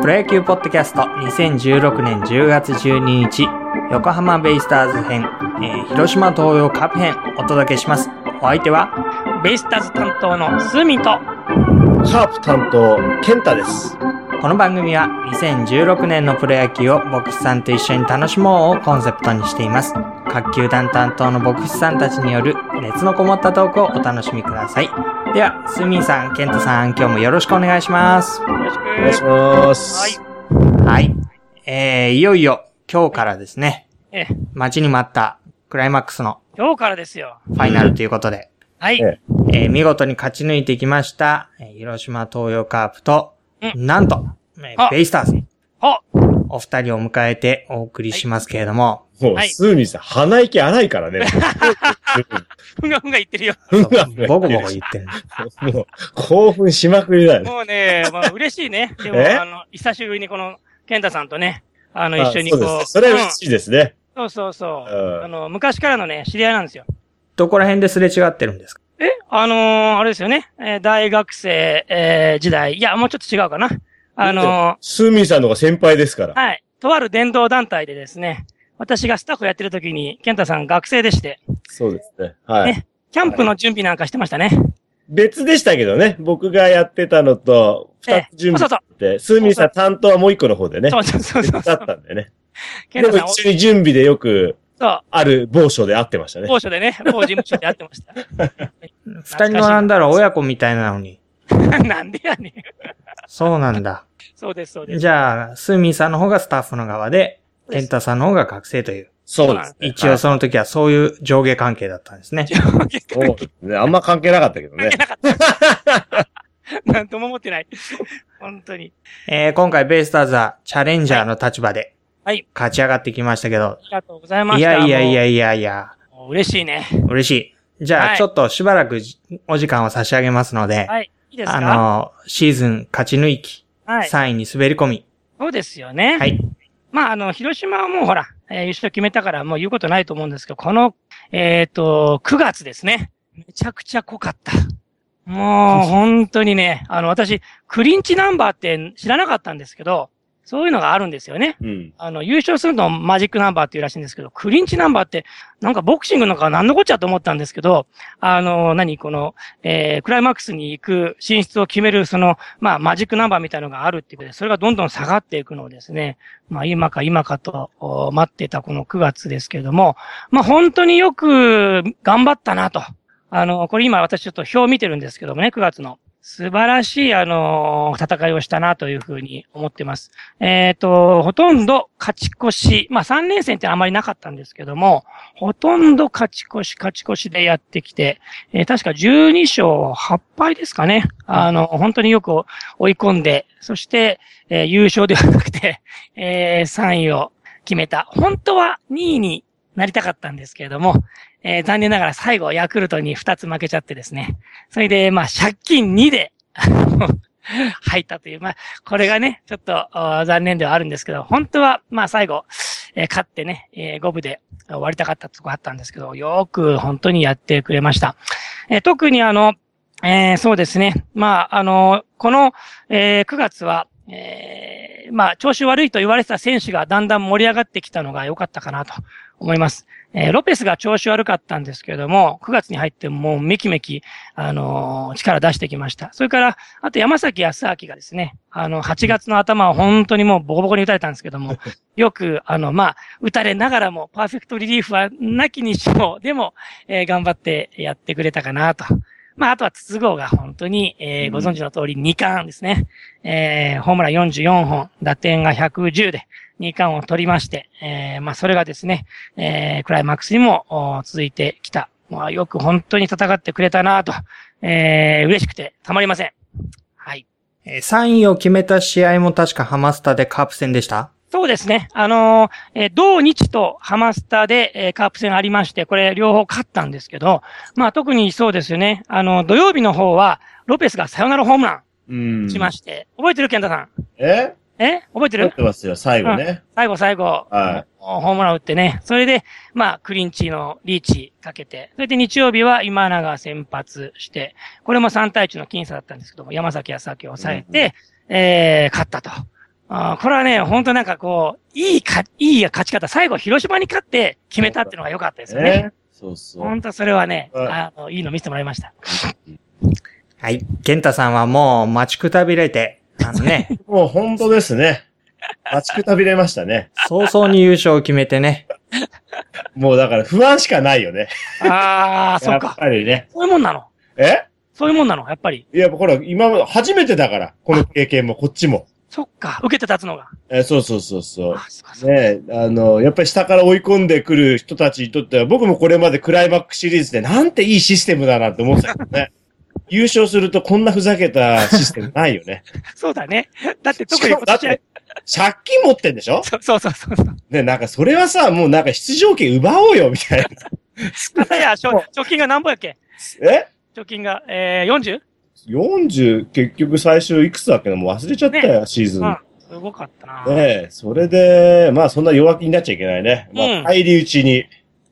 プロ野球ポッドキャスト2016年10月12日横浜ベイスターズ編、えー広島東洋カープ編お届けしますお相手はベイスターズ担当のスミとカープ担当、ケンタです。この番組は2016年のプロ野球を牧師さんと一緒に楽しもうをコンセプトにしています各球団担当の牧師さんたちによる熱のこもったトークをお楽しみくださいではスミンさんケントさん今日もよろしくお願いしますよろしくお願いします。はいはい。えー、いよいよ、今日からですね。ええ待ちに待った、クライマックスの今日からですよファイナルということで、はい、ええー、見事に勝ち抜いてきました、えー広島東洋カープと、うんなんと、えーあベイスターズ、ほお二人を迎えてお送りしますけれども、もう、はいスーミンさん、鼻息荒いか らね。ふんがふんが言ってるよふんそうがふんがボコ言ボっコて言ってる。るもう、興奮しまくりだよね。もうね、まあ嬉しい ね。でもえ、あの、久しぶりにこの、ケンタさんとね、あの、あ一緒にこう。そうです。それは嬉しいですね。うんそうそうそう。うんあの、昔からのね、知り合いなんですよ。どこら辺ですれ違ってるんですかえあのーあれですよね。えー大学生、えー時代。いや、もうちょっと違うかな。あのスーミンさんの方が先輩ですからー。はい。とある伝道団体でですね、私がスタッフやってる時に、ケンタさん学生でして、そうですね。はいね。キャンプの準備なんかしてましたね。別でしたけどね。僕がやってたのと、二えつ準そう備そうって、スーミンさん担当はもう一個の方でねそ。う。そうそうそうそだうっ。たんでね。ケでンタさもん、一緒に準備でよく、そある某所で会ってましたう、ね。某所でね、某事務所で会ってました。 二人並んだら親子みたいなのに。なんでやねん。そうなんだ。そうです、そうです。じゃあ、スーミンさんの方がスタッフの側で、ケンタさんの方が学生という。そうですね。一応その時はそういう上下関係だったんですね。 はい。そうですね。あんま関係なかったけどね。なんとも思ってない。本当に。えー今回ベイスターズはチャレンジャーの立場ではい。勝ち上がってきましたけどあ、りがとうございまいした。やいやいやいやいや、もう。もう嬉しいね。嬉しい。じゃはあいちょっとしばらくじお時間を差し上げますので、はい。いいですあかの、シーズン勝ち抜き、はい。 3位に滑り込み、そうですよね。はい。まあ、あの、広島はもうほら、えー優勝決めたからもう言うことないと思うんですけど、この、えっ、と、9月ですね。めちゃくちゃ濃かった。もう、本当にね、あの、私、クリンチナンバーって知らなかったんですけど、そういうのがあるんですよね。うん。あの、優勝するのをマジックナンバーっていうらしいんですけど、クリンチナンバーって、なんかボクシングなんか何のこっちゃと思ったんですけど、あの、何この、えー、クライマックスに行く進出を決める、その、まあ、マジックナンバーみたいのがあるっていうことで、それがどんどん下がっていくのをですね、まあ、今か今かとお待ってたこの9月ですけれども、まあ、本当によく頑張ったなと。あの、これ今私ちょっと表を見てるんですけどもね、9月の。素晴らしい、あの、戦いをしたなというふうに思ってます。えっ、と、ほとんど勝ち越し。まあ3連戦ってあまりなかったんですけども、ほとんど勝ち越し、勝ち越しでやってきて、えー確か12勝8敗ですかね。あの、本当によく追い込んで、そして、えー優勝ではなくて、えー3位を決めた。本当は2位になりたかったんですけれども、えー残念ながら最後ヤクルトに2つ負けちゃってですね。それで、まあ借金2で、あの入ったという、まあ、これがね、ちょっとあー残念ではあるんですけど、本当は、まあ最後、えー勝ってね、え5部で終わりたかったとこあったんですけど、よく本当にやってくれました。えー特にあの、えーそうですね。まあ、あのこの、え9月は、えーまあ、調子悪いと言われてた選手がだんだん盛り上がってきたのが良かったかなと思います。えーロペスが調子悪かったんですけれども、9月に入ってもうめきめき、あのー力出してきました。それから、あと山崎康明がですね、あの、8月の頭は本当にもうボコボコに打たれたんですけども、よく、あの、まあ、打たれながらも、パーフェクトリリーフはなきにしも、でも、えー頑張ってやってくれたかなと。まあ、あとは筒香が本当に、えーご存知の通り2冠ですね。えーホームラン44本、打点が110で2冠を取りまして、えーまあ、それがですね、えークライマックスにもお続いてきた。まあ、よく本当に戦ってくれたなと、えー嬉しくてたまりません。はい。えー3位を決めた試合も確かハマスタでカープ戦でしたそうですね。あのーえー同日とハマスタで、えーカープ戦ありまして、これ両方勝ったんですけど、まあ特にそうですよね。あの、土曜日の方は、ロペスがサヨナラホームラうん。ンしまして、覚えてるケンタさえんえ覚えて撮っるてますよ、最後ね。最後最後、はホームラン打ってね。それで、まあ、クリンチのリーチかけて、それで日曜日は今永先発して、これも3対1の僅差だったんですけども、山崎康明を抑えて、えー勝ったと。あーこれはね、本当なんかこう、いいか、いい勝ち方、最後広島に勝って決めたっていうのが良かったですよね。ね。そうそう。本当それはね、うんあの、いいの見せてもらいました。はい。健太さんはもう待ちくたびれて、あの ね、もう本当ですね。待ちくたびれましたね。早々に優勝を決めてね。もうだから不安しかないよね。ああ、そやうっか。ぱりね。そういうもんなの。えそういうもんなの、やっぱり。いや、ほら、今まで初めてだから。この経験も、こっちも。そっか、受けて立つのが。えそうそうそうそう。あそっかそっかねえ、あの、やっぱり下から追い込んでくる人たちにとっては、僕もこれまでクライマックスシリーズでなんていいシステムだなって思ってたけ どね。優勝するとこんなふざけたシステムないよね。そうだね。だって 特しにかも今だっ年はて、借金持ってんでしょそうそうそう そうそう。ね、なんかそれはさ、もうなんか出場権奪おうよ、みたい片や、しょ貯金が何本やっけな。え貯金が、えー、40? ?40 結局最終いくつだっけなもう忘れちゃったよ、シーズン。うんね。すごかったな。え、それで、まあそんな弱気になっちゃいけないね。うんまあ、返り討ちに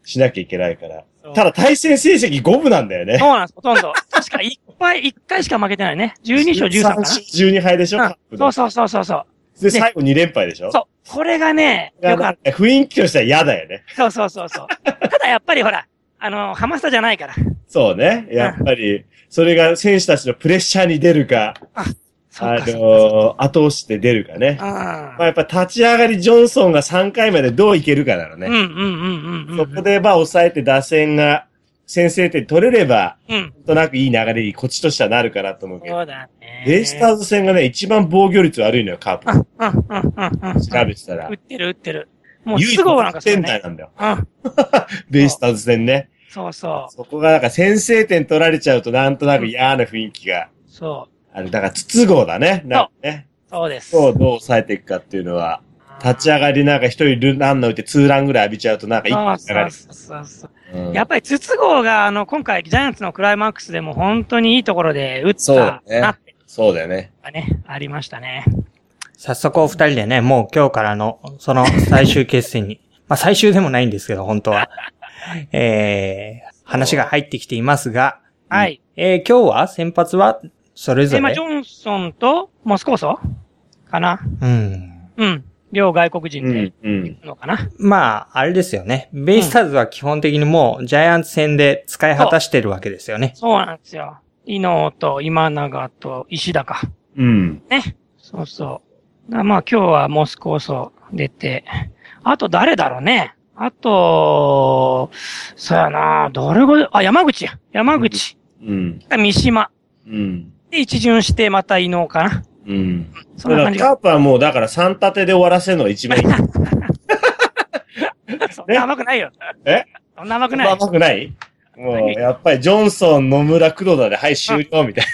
しなきゃいけないから。そうただ対戦成績5分なんだよね。そうなんです、ほとんど。確か一敗、一回しか負けてないね。12勝13か12敗でしょ、な。うん、そうそうそうそうそう。で、ね最後2連敗でしょそう。これがね、よかっ雰囲気としては嫌だよね。た。そうそうそうそう。ただやっぱりほら、あの、ハマスタじゃないから。そうね。やっぱり、それが選手たちのプレッシャーに出るか、そあうのか、そうー後押して出るかね。か。まあ、やっぱ立ち上がりジョンソンが3回までどういけるかなのうん。うんね。うんうんうんうん。そこで、まあ、抑えて打線が先制点取れれば、うん。なんとなくいい流れにこっちとしてはなるかなと思うけそど。うだね。ベイスターズ戦がね、一番防御率悪いのよ、カープ。うんうんうんうん。調べてたら打っ。てる打ってる。もうすぐなんかそ唯う一得点ね台。なんだよ。うん。ベイスターズ戦ね。そうそそこがなんか先制点取られちゃうとなんとなく嫌な雰囲気がう。そう。ある。だから筒香だね。なんかね。そうです。そうどう抑えていくかっていうのは、立ち上がりなんか一人ランナー打ってツーランぐらい浴びちゃうとなんか一そう気に流そうれそうそうそう。る。うんやっぱり筒香が、あの、今回、ジャイアンツのクライマックスでも本当にいいところで打っそうただねなっていうそうだよね。のがね、ありましたね。早速お二人でね、もう今日からの、その最終決戦に、 まあ最終でもないんですけど、本当は。えー、話が入ってきていますが、はい。えー、今日は先発はそれぞで、まあ、れジ。ョンソンとモスコーソかなうん。うん。両外国人うでん、うん。いるのかな、まあ、あれですよね。ベイスターズは基本的にもうジャイアンツ戦で使い果たしてるわけですよね。そうなんですよ。伊野と今永と石田か。うん。そうそう。だまあ今日はモスコーソ出て、あと誰だろうね。あと、そうやな、どれぐらい、あ、山口や。山口。うん。三島。うん。で、一巡してまた伊能かな。うん。そだんかなら感じが。カープはもうだから3立てで終わらせるのが一番いい。 そんな甘くないよ。えそんな甘くない。甘くないもう、やっぱりジョンソン、野村、黒田で、はい、終了、みたい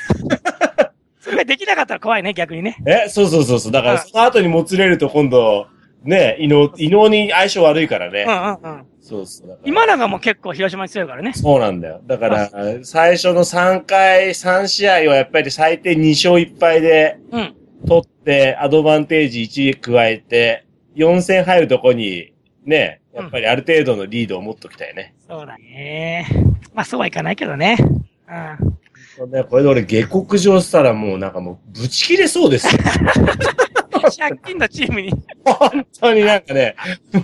それができなかったら怖いね、逆にね。な。え、そうそうそうそう。だかうんら、その後にもつれると今度、ね、伊能、伊能に相性悪いからね。うんうんうん。そうそう。だから今永も結構広島に強いからね。そうなんだよ。だから、最初の3回、3試合はやっぱり最低2勝1敗でうん。取って、アドバンテージ1加えて、4戦入るとこに、ね、やっぱりある程度のリードを持っときたいね。そうだね。まあそうはいかないけどね。 うん。そうねこれで俺下克上したらもうなんかもうぶち切れそ うですよ。借金のチームに。本当になんかね、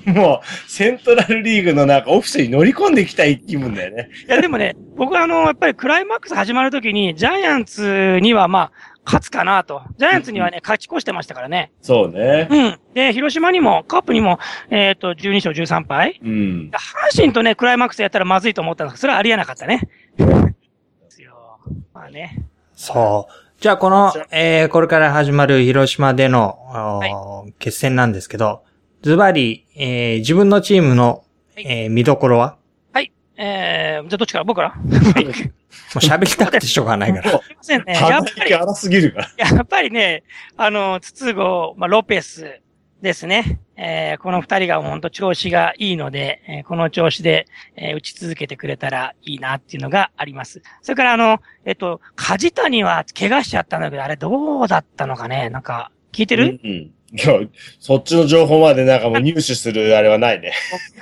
もうセントラルリーグのなんかオフィスに乗り込んでいきたい気分だよね。いや、でもね、僕はあの、やっぱりクライマックス始まるときに、ジャイアンツにはまあ、勝つかなと。ジャイアンツにはね、勝ち越してましたからね。そうね。うん。で、広島にも、カップにも、えっ、と、12勝13敗。うん。阪神とね、クライマックスやったらまずいと思ったんですけど、それはありえなかったね。 ですよ。まあね。そう。じゃあこのじゃあ、えー、これから始まる広島での、あー決戦なんですけど、ズバリ、えー、自分のチームの、はいえー、見どころはえー、じゃあどっちから僕からすいもう喋りたくてしょうがない から。ませんね。や鼻っぱり息、荒すぎるから。 やっぱりね、あの、筒香、まあ、ロペスですね。えーこの二人が本当調子がいいので、えーこの調子で、えー打ち続けてくれたらいいなっていうのがあります。それからあの、えっと、梶谷は怪我しちゃったんだけど、あれどうだったのかねなんか、聞いてる、うん。いや、そっちの情報までなんかもう入手するあれはないね。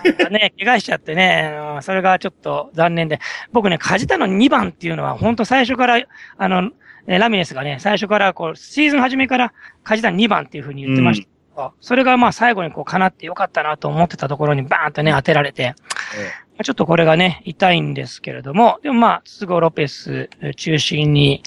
僕がね、怪我しちゃってね、うんそれがちょっと残念で、僕ね、梶谷の2番っていうのは本当最初から、あの、えーラミレスがね、最初からこう、シーズン初めから梶谷2番っていう風に言ってました。それがまあ最後にこう叶ってよかったなと思ってたところにバーンとね当てられて、まあちょっとこれがね、痛いんですけれども、でもまあ、筒子ロペス中心に、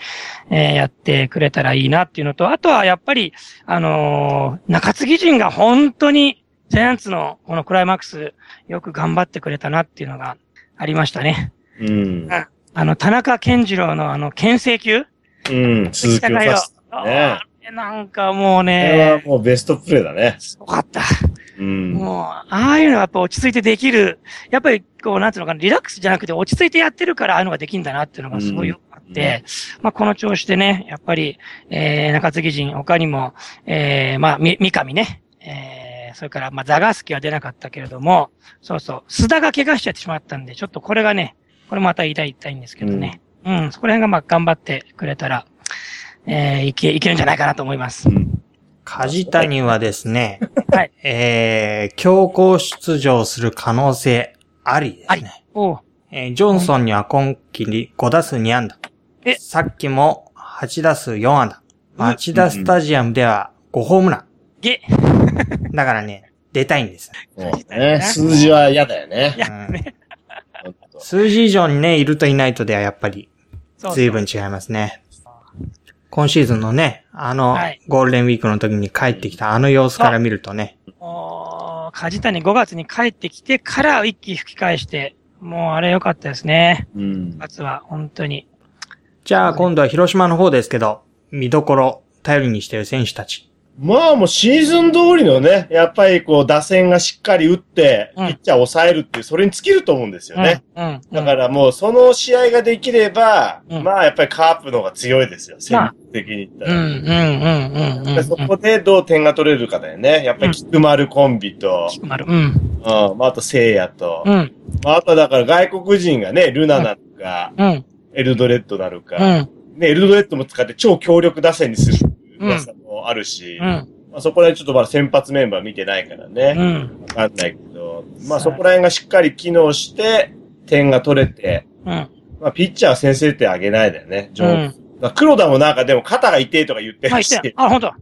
えーやってくれたらいいなっていうのと、あとはやっぱり、あのー中継ぎ陣が本当に、ジャイアンツのこのクライマックス、よく頑張ってくれたなっていうのがありましたね。うん。あの、田中健次郎のあの、牽制球うん。続きをさす。ねあれなんかもうこれはね、もうベストプレーだね。すごかった。うん。もう、ああいうのはやっぱ落ち着いてできる。やっぱり、こう、なんつうのかな、リラックスじゃなくて落ち着いてやってるから、ああいうのができるんだなっていうのがすごいよくあって、まあ、この調子でね、やっぱり、えー、中継ぎ陣、他にも、えー、まあ、み、三上ね、えー、それから、まあ、ザガースキーは出なかったけれども、そうそう、須田が怪我しちゃってしまったんで、ちょっとこれがね、これまた痛い痛いんですけどね。うん、そこら辺がまあ、頑張ってくれたら、えー、いけ、いけるんじゃないかなと思います。うん梶谷はですね、はいえー、強行出場する可能性ありですね。ありおうえージョンソンには今季に5打数2安打。えさっきも8打数4安打。マチダスタジアムでは5ホームラげ、ン。だからね、出たいんです。そうね。数字は嫌だよね。やうんね。ほんと数字以上にね、いるといないとではやっぱりそうそう随分違いますね。今シーズンのね、あのはい、ゴールデンウィークの時に帰ってきたあの様子から見るとね、もう、梶谷5月に帰ってきてから一気吹き返して、もうあれ良かったですね。うん5。月は本当に。じゃあ今度は広島の方ですけど、見どころ、頼りにしてる選手たち。まあもうシーズン通りのね、やっぱりこう打線がしっかり打って、ピうんッチャーを抑えるっていう、それに尽きると思うんですよね。うん。うん。だからもうその試合ができれば、うんまあやっぱりカープの方が強いですよ、戦まあ略的に言ったうん、ら。うん、うん、うんうん。でそこでどう点が取れるかだよね。やっぱり菊丸コンビと、菊丸。うん。うん、まああと聖夜と、うん。まああとだから外国人がね、ルナなのか、うん。エルドレッドなのうか、ん。ね、エルドレッドも使って超強力打線にする噂もあるし、うん。まあ、そこら辺ちょっとまだ先発メンバー見てないからね。うん。わかんないけど、まあそこら辺がしっかり機能して、点が取れて、うん。まあピッチャーは先制点あげないだよね。上手まあ黒田もなんかでも肩が痛いとか言ってまある言しっ、て、あ、本当だ。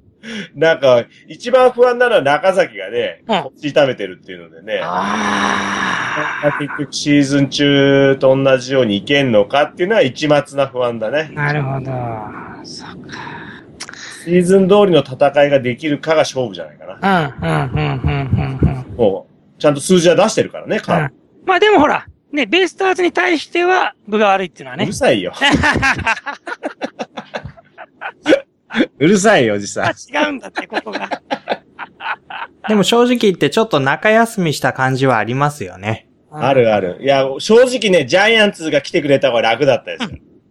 なんか一番不安なのは中崎がね、うん腰痛めてるっていうのでね、あまあ結局シーズン中と同じようにいけんのかっていうのは一末な不安だあ。ね。なるほど。そっか。シーズン通りの戦いができるかが勝負じゃないかな。うん、うん、うん、うん、うん。うんもう、ちゃんと数字は出してるからね、カープまあでもほら、ね、ベイスターズに対しては、部が悪いっていうのはうねる。さいよ。 うるさいよ、おじさん あ、。違うんだって、ここが。でも正直言ってちょっと中休みした感じはありますよね。あるある。いや、正直ね、ジャイアンツが来てくれた方が楽だったですよ。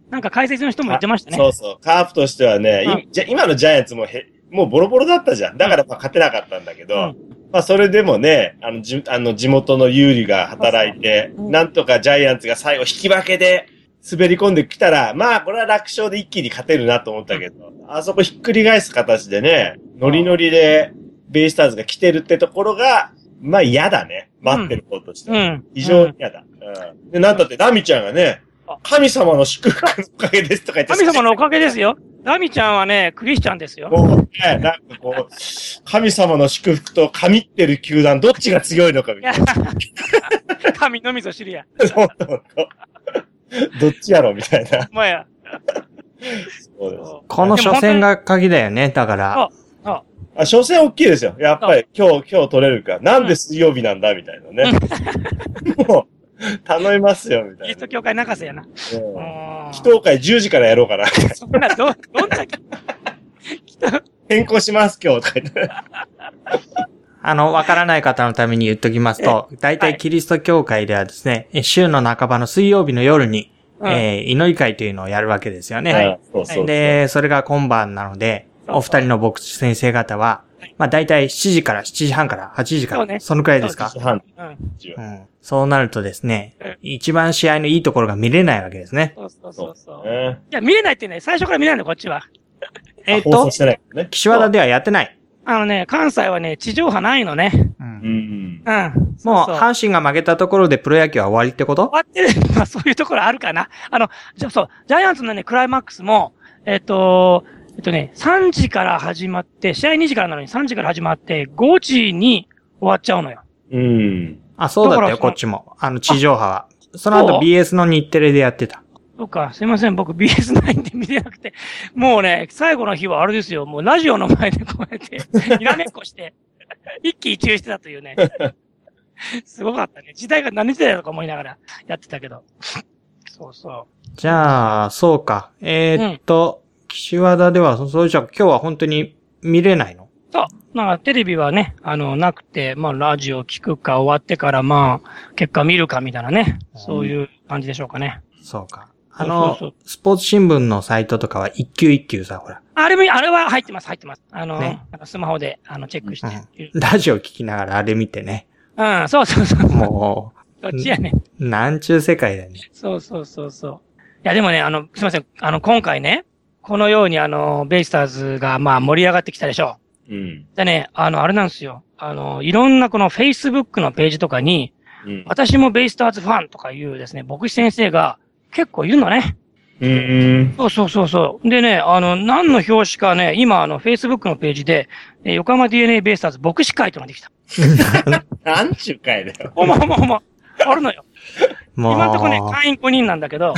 なんか解説の人も言ってましたね。そうそう。カープとしてはね、うんいじゃ今のジャイアンツもへ、もうボロボロだったじゃん。だからまあ勝てなかったんだけど、うんまあそれでもね、あの、じあの地元の有利が働いて、そううんなんとかジャイアンツが最後引き分けで滑り込んできたら、まあこれは楽勝で一気に勝てるなと思ったけど、あそこひっくり返す形でね、ノリノリでベイスターズが来てるってところが、まあ嫌だね。待ってる方としては。うん。非常に嫌だ。うん。で、なんだって、ラミちゃんがねあ、神様の祝福のおかげですとか言って。神様のおかげですよ。ラミちゃんはね、クリスチャンですよ。もうね、なんかこう、神様の祝福と神ってる球団、どっちが強いのかみいたや いな。神のみぞ知りや。そうそうそう どっちやろみたいな。お前や。そうですこの初戦が鍵だよね、だかそら。あ、初戦大きいですよ。やっぱり、今日、今日取れるか。なんで水曜日なんだみたいなね。 もう、頼みますよ、みキたリいスなト。教会泣かせやな。ううんーん祈祷会10時からやろうかな。 そんな、ど、どんだけ。変更します、今日。とか言って。あの、わからない方のために言っときますと、大体キリスト教会ではですね、え週の半ばの水曜日の夜に、うんえー祈り会というのをやるわけですよね。はい。そうそうそう。で、それが今晩なので、そうそうお二人の牧師先生方は、まあ大体7時から7時半から8時かそら、うねそのくらいですか四半うん。時うは。ん。そうなるとですねうん、一番試合のいいところが見れないわけですね。そうそうそうそう。いねや、見れないってね、最初から見れないの、こっちは。えっ放送とし、てないからね。岸和田ではやってない。あのね、関西はね、地上波ないのね。うんううん。もん。う、そうそう阪神が負けたところでプロ野球は終わりってこと終わってる、まあそういうところあるかな。あの、じゃあそう、ジャイアンツのね、クライマックスも、えっと、えっとね、3時から始まって、試合2時からなのに3時から始まって、5時に終わっちゃうのよ。うん。あ、そうだっただからよ、そのこっちも。あの、地上波は。その後そう BS の日テレでやってた。そっか、すいません。僕 BS9 で見れなくて。もうね、最後の日はあれですよ。もうラジオの前でこうやって、にらめっこして、一喜一憂してたというね。すごかったね。時代が何時代だとか思いながらやってたけど。そうそじゃあ、そうか。えーっと、岸和田では、そそうじゃあ今日は本当に見れないのう。そう。まあ、テレビはね、あの、なくて、まあ、ラジオ聞くか終わってから、まあ、結果見るかみたいなね。そういう感じでしょうかね。そうか。あのそうそう、スポーツ新聞のサイトとかは一級一級さ、ほら。あれも、あれは入ってます、入ってます。あの、ねあのスマホで、あの、チェックしてる。ラジオ聞きながらあれ見てね。うん、そうそうそう。もどっちやね。う、なんちゅう世界だよね。そうそうそうそう。いや、でもね、あの、すいません。あの、今回ね、このように、あの、ベイスターズが、まあ、盛り上がってきたでしょうん。う。でね、あの、あれなんですよ。あの、いろんなこの Facebook のページとかに、うん。私もベイスターズファンとかいうですね、牧師先生が結構いるのね。うん。そうそうそうそう。でね、あの、何の表紙かね、今、あの、Facebook のページで、えー横浜 DNA ベイスターズ牧師会というのができた。なんちゅうかいだよ。ほんまほんまほんま。あるのよ。もう、今んとこね、会員5人なんだけど、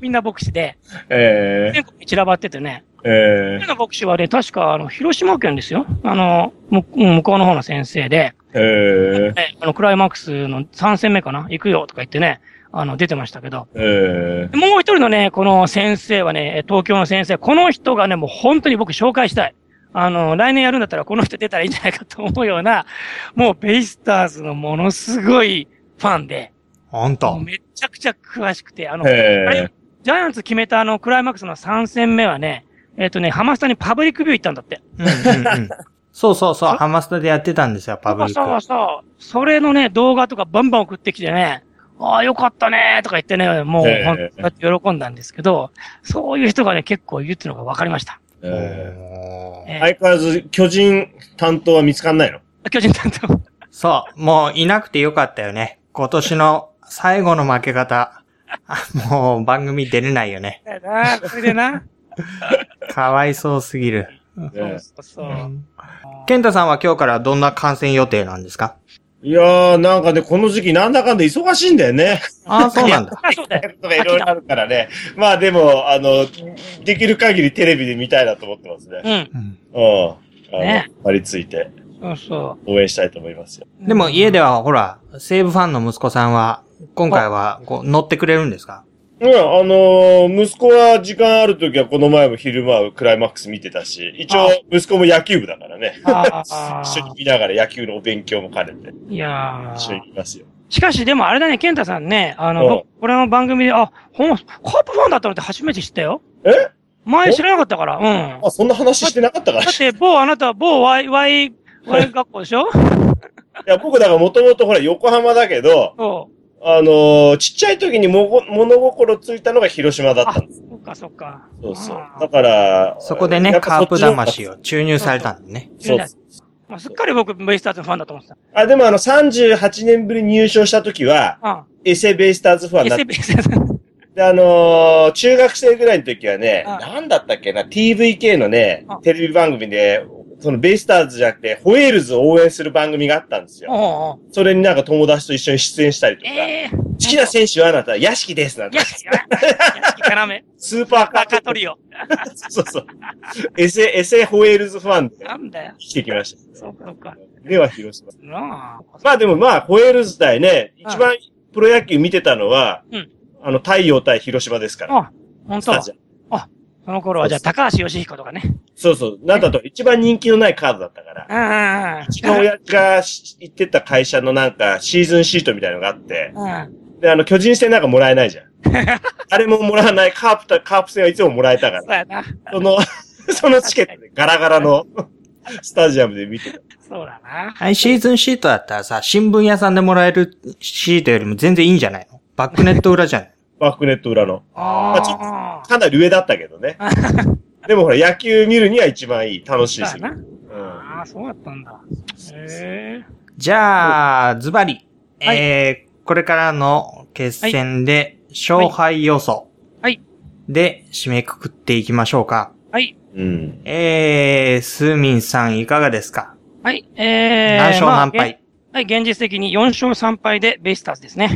みんな牧師で、え全国に散らばっててね、ええ彼の牧師はね、確か、あの、広島県ですよ。あの、む向こうの方の先生で、ええねあの、クライマックスの3戦目かな行くよとか言ってね、あの、出てましたけど。えでもう一人のね、この先生はね、東京の先生、この人がね、もう本当に僕紹介したい。あの、来年やるんだったらこの人出たらいいんじゃないかと思うような、もうベイスターズのものすごいファンで、ほんもとう。めちゃくちゃ詳しくて、あの、あえれジャイアンツ決めたあの、クライマックスの3戦目はね、えっ、とね、ハマスタにパブリックビュー行ったんだって。うんうんうん。そうそうそう、ハマスタでやってたんですよ、パブリそうック。そう。それのね、動画とかバンバン送ってきてね、ああ、よかったねとか言ってね、もう、ええ本当に喜んだんですけど、そういう人がね、結構いるっていうのが分かりました。えおーえー相変わらず巨人担当は見つかんないの巨人担当。そう、もういなくてよかったよね。今年の最後の負け方。あもう番組出れないよね。だよな、これでな。かわいそうすぎる。 そうそうそう。ケンタさんは今日からどんな観戦予定なんですかいやー、なんかね、この時期なんだかんだ忙しいんだよね。ああ、そうなんだ。あそうだよ。とかいろいろあるからね。まあでも、あの、できる限りテレビで見たいなと思ってますね。ううん。んうん。あねの、張り付いてそうそ応援したいと思いますよ。う。でも家ではほら、西武ファンの息子さんは、今回はこう乗ってくれるんですかうん、あのー息子は時間あるときはこの前も昼間はクライマックス見てたし、一あ応息子も野球部だからね。ああ一緒に見ながら野球のお勉強も兼ねて、いやー一緒に行きますよ。しかしでもあれだね、ケンタさんね、あうの、ん僕これの番組で、あ、ほんま、カープファンだったのって初めて知ったよ。え前知らなかったから、うん。あ、そんな話してなかったかなだって、某、あなたは某 Y、Y、Y 学校でしょいや、僕だからもともとほら横浜だけど、そう。あのーちっちゃい時にもご物心ついたのが広島だったんです。そっか、そっか。そうそうあ。ーだから、そこでね、やっぱカーそっちプの魂を注入されたんでね。そうそう。まあ、すっかり僕、ベイスターズのファンだと思ってた。あ、でもあの、38年ぶりに入賞した時は、あエセベイスターズファンあ、だっ s た。 b さん。で、あのー中学生ぐらいの時はね、あなんだったっけな、TVK のねあ、テレビ番組で、そのベイスターズじゃなくて、ホエールズを応援する番組があったんですよ。おうおうそれになんか友達と一緒に出演したりとか、ええー。好きな選手はあなた、屋敷ですなんて屋、敷、屋敷から め。スーパーカーバカトリオ。そうそう。エセ、エセホエールズファンでなんだよ。生きてきましそっか、そっか。た。では広島。なあ。まあでもまあ、ホエールズ対ね、一番プロ野球見てたのは、うんあの、太陽対広島ですから。あ、本ス当タそジアムの頃は、じゃあ、高橋義彦とかね。そうそう。なんだと、一番人気のないカードだったから。うんうんうん。うちの親がし行ってた会社のなんか、シーズンシートみたいなのがあって、うん。で、あの、巨人戦なんかもらえないじゃん。 あれももらわない、カープと、カープ戦はいつももらえたかそうら。やな。その、そのチケットでガラガラのスタジアムで見てた。そうだな。はい、シーズンシートだったらさ、新聞屋さんでもらえるシートよりも全然いいんじゃないのバックネット裏じゃないバックネット裏の。ああ。かなり上だったけ どね。でもほら、野球見るには一番いい。楽しいそうでやな。すよ。うんああ、そうだったんだ。へえ。じゃあ、ズバリ。はいえー、これからの決戦で、勝敗予想。はいで締めくくっていきましょうか。はい。うん。えー、スーミンさんいかがですか、はい。えー、何勝何まあげ敗、はい、現実的に4勝3敗でベイスターズですね。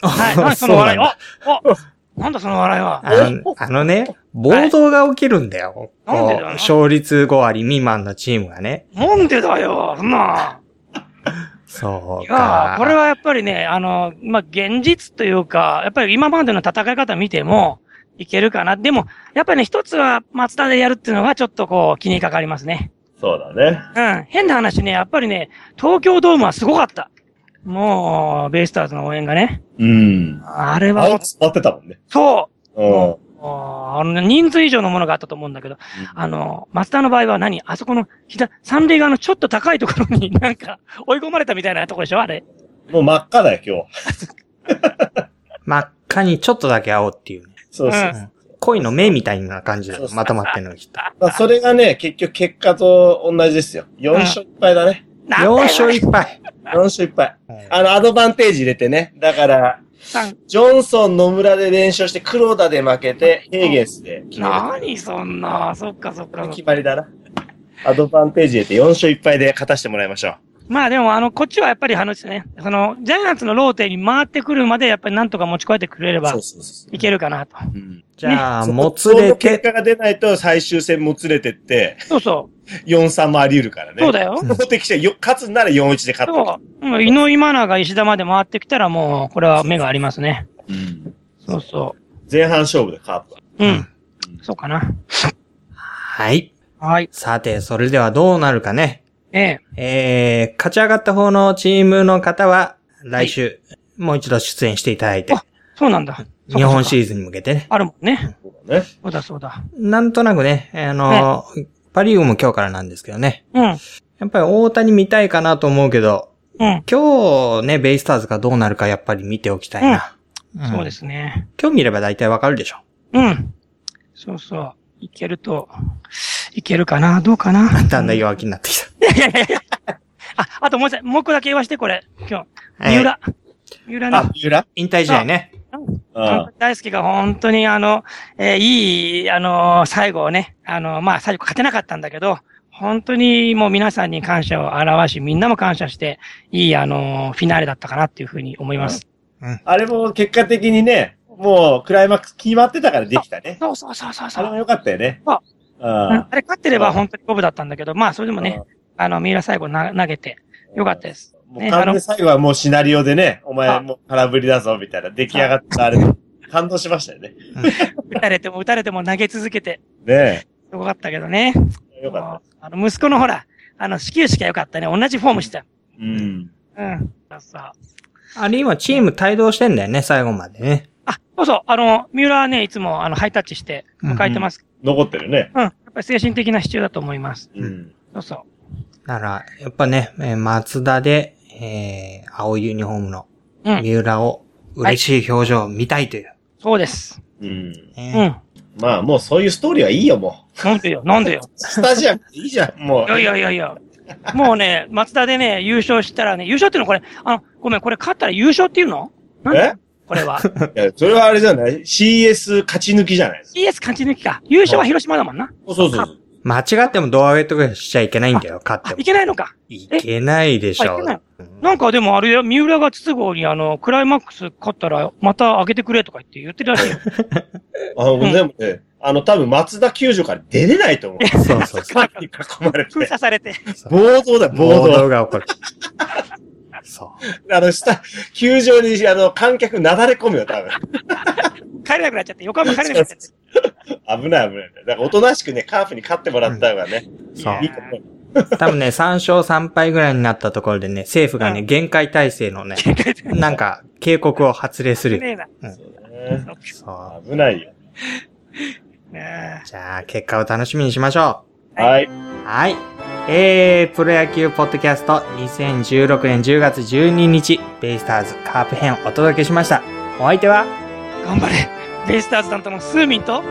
はい。 あなんでその笑い。うなんだおおなんだその笑いは。あのあのね、暴動が起きるんだよ。はいなんでこだうろう勝率5割未満のチームがね。なんでだよ、そんな。そういやかー。これはやっぱりね、あの、まあ、現実というか、やっぱり今までの戦い方見ても、いけるかな。でも、やっぱりね、一つは松田でやるっていうのがちょっとこう、気にかかりますね。そうだね。うん。変な話ね、やっぱりね、東京ドームはすごかった。もう、ベイスターズの応援がね。うん。あれあ、は、詰まってたもんね。そうもん。う、あの、人数以上のものがあったと思うんだけど、あの、松田の場合は何あそこの、膝、三塁側のちょっと高いところに なんか、追い込まれたみたいなとこでしょあれ。もう真っ赤だよ、今日。真っ赤にちょっとだけ青っていうね。そうそううそん恋の目みたいな感じだよ。まとまってんのがきっと。う。まあ、それがね、結局結果と同じですよ。4勝1敗だね。なんだよ4勝1敗。 4勝1敗。うんあの、アドバンテージ入れてね。だから、さんジョンソン、野村で連勝して、黒田で負けて、ヘーゲンスで決める。何そんな、そっかそっか。決まりだな。アドバンテージ入れて4勝1敗で勝たせてもらいましょまあでも、あの、こっちはやっぱり話してね、その、ジャイアンツのローテに回ってくるまで、やっぱりなんとか持ちこえてくれれう。ばそう、そうそいけるかなと。う。うん。じゃあ、そこもつれその結て、果が出ないと最終戦もつれてって、そうそ4-3もあり得るからう。ね。そうだよう。ん戻ってきて、よ勝つんなら4-1で勝った。そう。うん井上マナーが石田まで回ってきたら、もう、これは目がありますね。うんそうそ前半勝負でカープは。う。ううんん。そうかな。はい。はい。さて、それではどうなるかね。ええ。えー、勝ち上がった方のチームの方は、来週、もう一度出演していただいてあ、そうなんだ。日本シリーズ。リーズに向けてね。あるもんね。そうだね。そうだそうだ。なんとなくね、あのー、パリーグも今日からなんですけどね。うん。やっぱり大谷見たいかなと思うけど、うん。今日ね、ベイスターズがどうなるかやっぱり見ておきたいな。んそうで。すね。今日見れば大体わかるでしょ。うん。そうそう。いけると、いけるかなどうかなだんだん弱気になってきた。いやいやいやあ、あともう一回、もう一個だけ言わして、これ。今日。三えー浦。三浦あね、。三浦引退試合ね。あ大好きが本当にあの、えーいい、あのー最後をね、あのーまあ、最後勝てなかったんだけど、本当にもう皆さんに感謝を表し、みんなも感謝して、いい、あのーフィナーレだったかなっていうふうに思います。あれも結果的にね、もうクライマックス決まってたからできたね。そうそうそうそうそあうれ。も良かったよね。あうんああれ勝ってれば本当に五分だったんだけど、まあそれでもね、あの、三浦最後な投げて、よかったです。もう完全に最後はもうシナリオでね、お前もう空振りだぞ、みたいな。出来上がったあれ、感動しましたよね。打たれても打たれても投げ続けて、ねよかったけどね。え。よかっあの、息子のほら、あの、始球式がよかったね。同じフォームした。た。うん。うん。そうそうあれ今チーム帯同してんだよね、最後までね。あ、そうそう、あの、三浦はね、いつも、あの、ハイタッチして、迎えてます。残ってるね。うん。やっぱり精神的な支柱だと思います。うん。そうそなら、やっぱね、えー松田で、えー、青いユニフォームのう。うん。三浦を嬉しい表情を見たいという。そうです。うん。ねうん。まあもうそういうストーリーはいいよ、もなんでよ、なんでよ。う。スタジアムいいじゃん、もうい。やいやいやいや。もうね、松田でね、優勝したらね、優勝っていうのこれ、あの、ごめん、これ勝ったら優勝っていうのなんだえこれは。いや、それはあれじゃない ?CS 勝ち抜きじゃない CS 勝ち抜きか。優勝は広島だもんな。そうそうそう。間違っても胴上げとかしちゃいけないんだよ、勝っあて、もい。けないのか。いけないでしあょいけない。うんなんかでもあれよ、三浦が筒香にあの、クライマックス勝ったら、また上げてくれとか言って言ってるらしいよ。あの、でもね、あの、多分松田球場から出れないと思う。 そうそうそファンに囲まれ 封 て。鎖されて。う。暴動だ、暴暴動。動が起こる。そう。あの、下、球場に、あの、観客なだれ込むよ、多分。帰れなくなっちゃって、横浜帰れなくなっちゃって。危ない、危ない。だから、おとなしくね、カープに勝ってもらった方がね、そいいと思う。う。多分ね、3勝3敗ぐらいになったところでね、政府がね、うん限界体制のね、帰ってなんか、警告を発令するよ。ねえな。ねそう。危ないよ。ねじゃあ、結果を楽しみにしましょはい。う。はい。えー、プロ野球ポッドキャスト2016年10月12日、ベイスターズカープ編お届けしました。お相手は、え頑張れ。ベイスターズ担当のスーミンと、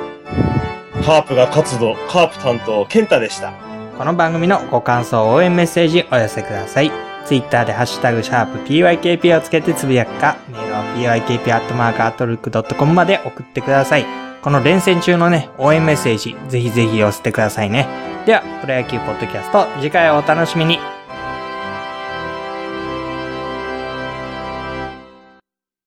カープが活動、カープ担当、健太でした。この番組のご感想、応援メッセージお寄せください。ツイッターでハッシュタグ、シャープ PYKP をつけてつぶやくか、メールは PYKP アットマークアトルクドットコムまで送ってください。この連戦中のね、応援メッセージ、ぜひぜひ寄せてくださいね。では、プロ野球ポッドキャスト、次回をお楽しみに。